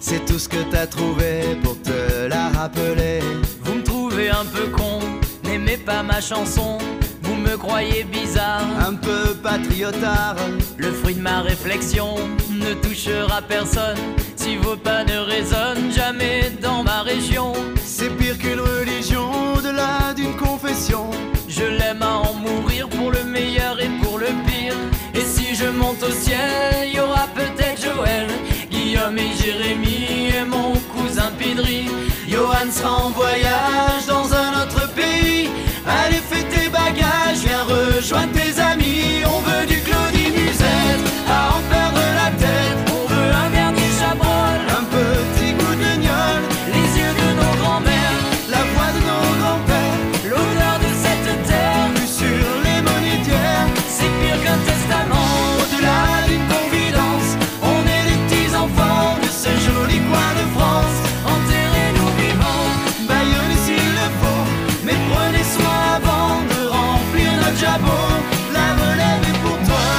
C'est tout ce que t'as trouvé pour te la rappeler. vous me trouvez un peu con, n'aimez pas ma chanson, vous me croyez bizarre. Un peu patriotard, Le fruit de ma réflexion ne touchera personne. Si vos pas ne résonnent jamais dans ma région, c'est pire qu'une religion au-delà d'une confession. je l'aime à en mourir pour le meilleur et pour le pire. Et si je monte au ciel, il y aura peut-être Joël, Guillaume et Jérémy et mon cousin Pidri. Johan sera en voyage dans un autre pays. Allez, fais tes bagages, viens rejoindre tes amis. On veut du Claudie Musette, à en perdre la tête. On veut un dernier chabrol, Un petit goût de gnôle, les yeux de nos grands-mères, la voix de nos grands-pères. l'odeur de cette terre. Plus sur les monétaires, C'est pire qu'un testament. au-delà d'une confidence. On est les petits enfants de ce joli coin de France. Enterrez-nous vivants. Baillonnez s'il le faut, mais prenez soin avant de remplir notre jabot. La relève est pour toi,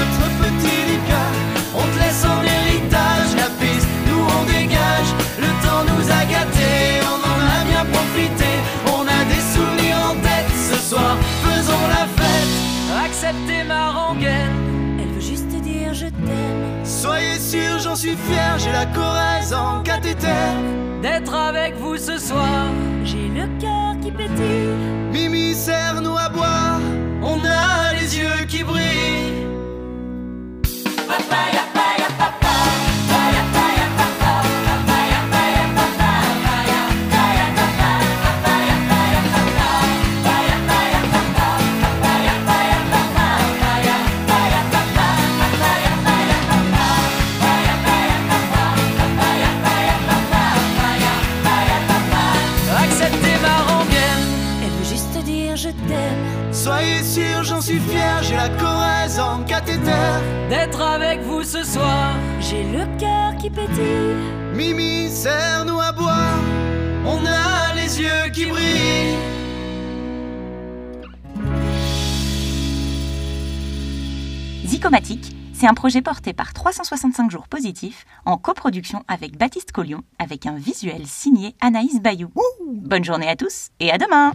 notre petit Lucas. On te laisse en héritage la piste, nous on dégage. Le temps nous a gâtés, on en a bien profité. On a des souvenirs en tête ce soir, faisons la fête. Acceptez ma rengaine. Elle veut juste te dire je t'aime. Soyez sûrs, j'en suis fier, j'ai la Corrèze en cathéter. D'être avec vous ce soir, J'ai le cœur qui pétille. Mimi, serre-nous à boire, on a les yeux qui brillent. acceptez ma rengaine. Elle veut juste te dire je t'aime. Soyez sûrs, j'en suis fier, j'ai la Corrèze en cathéter. D'être avec vous ce soir, J'ai le cœur qui pétille. Mimi, serre-nous à boire, on a les yeux qui brillent. Zicomatique, c'est un projet porté par 365 jours positifs en coproduction avec Baptiste Collion avec un visuel signé Anaïs Bayou. Bonne journée à tous et à demain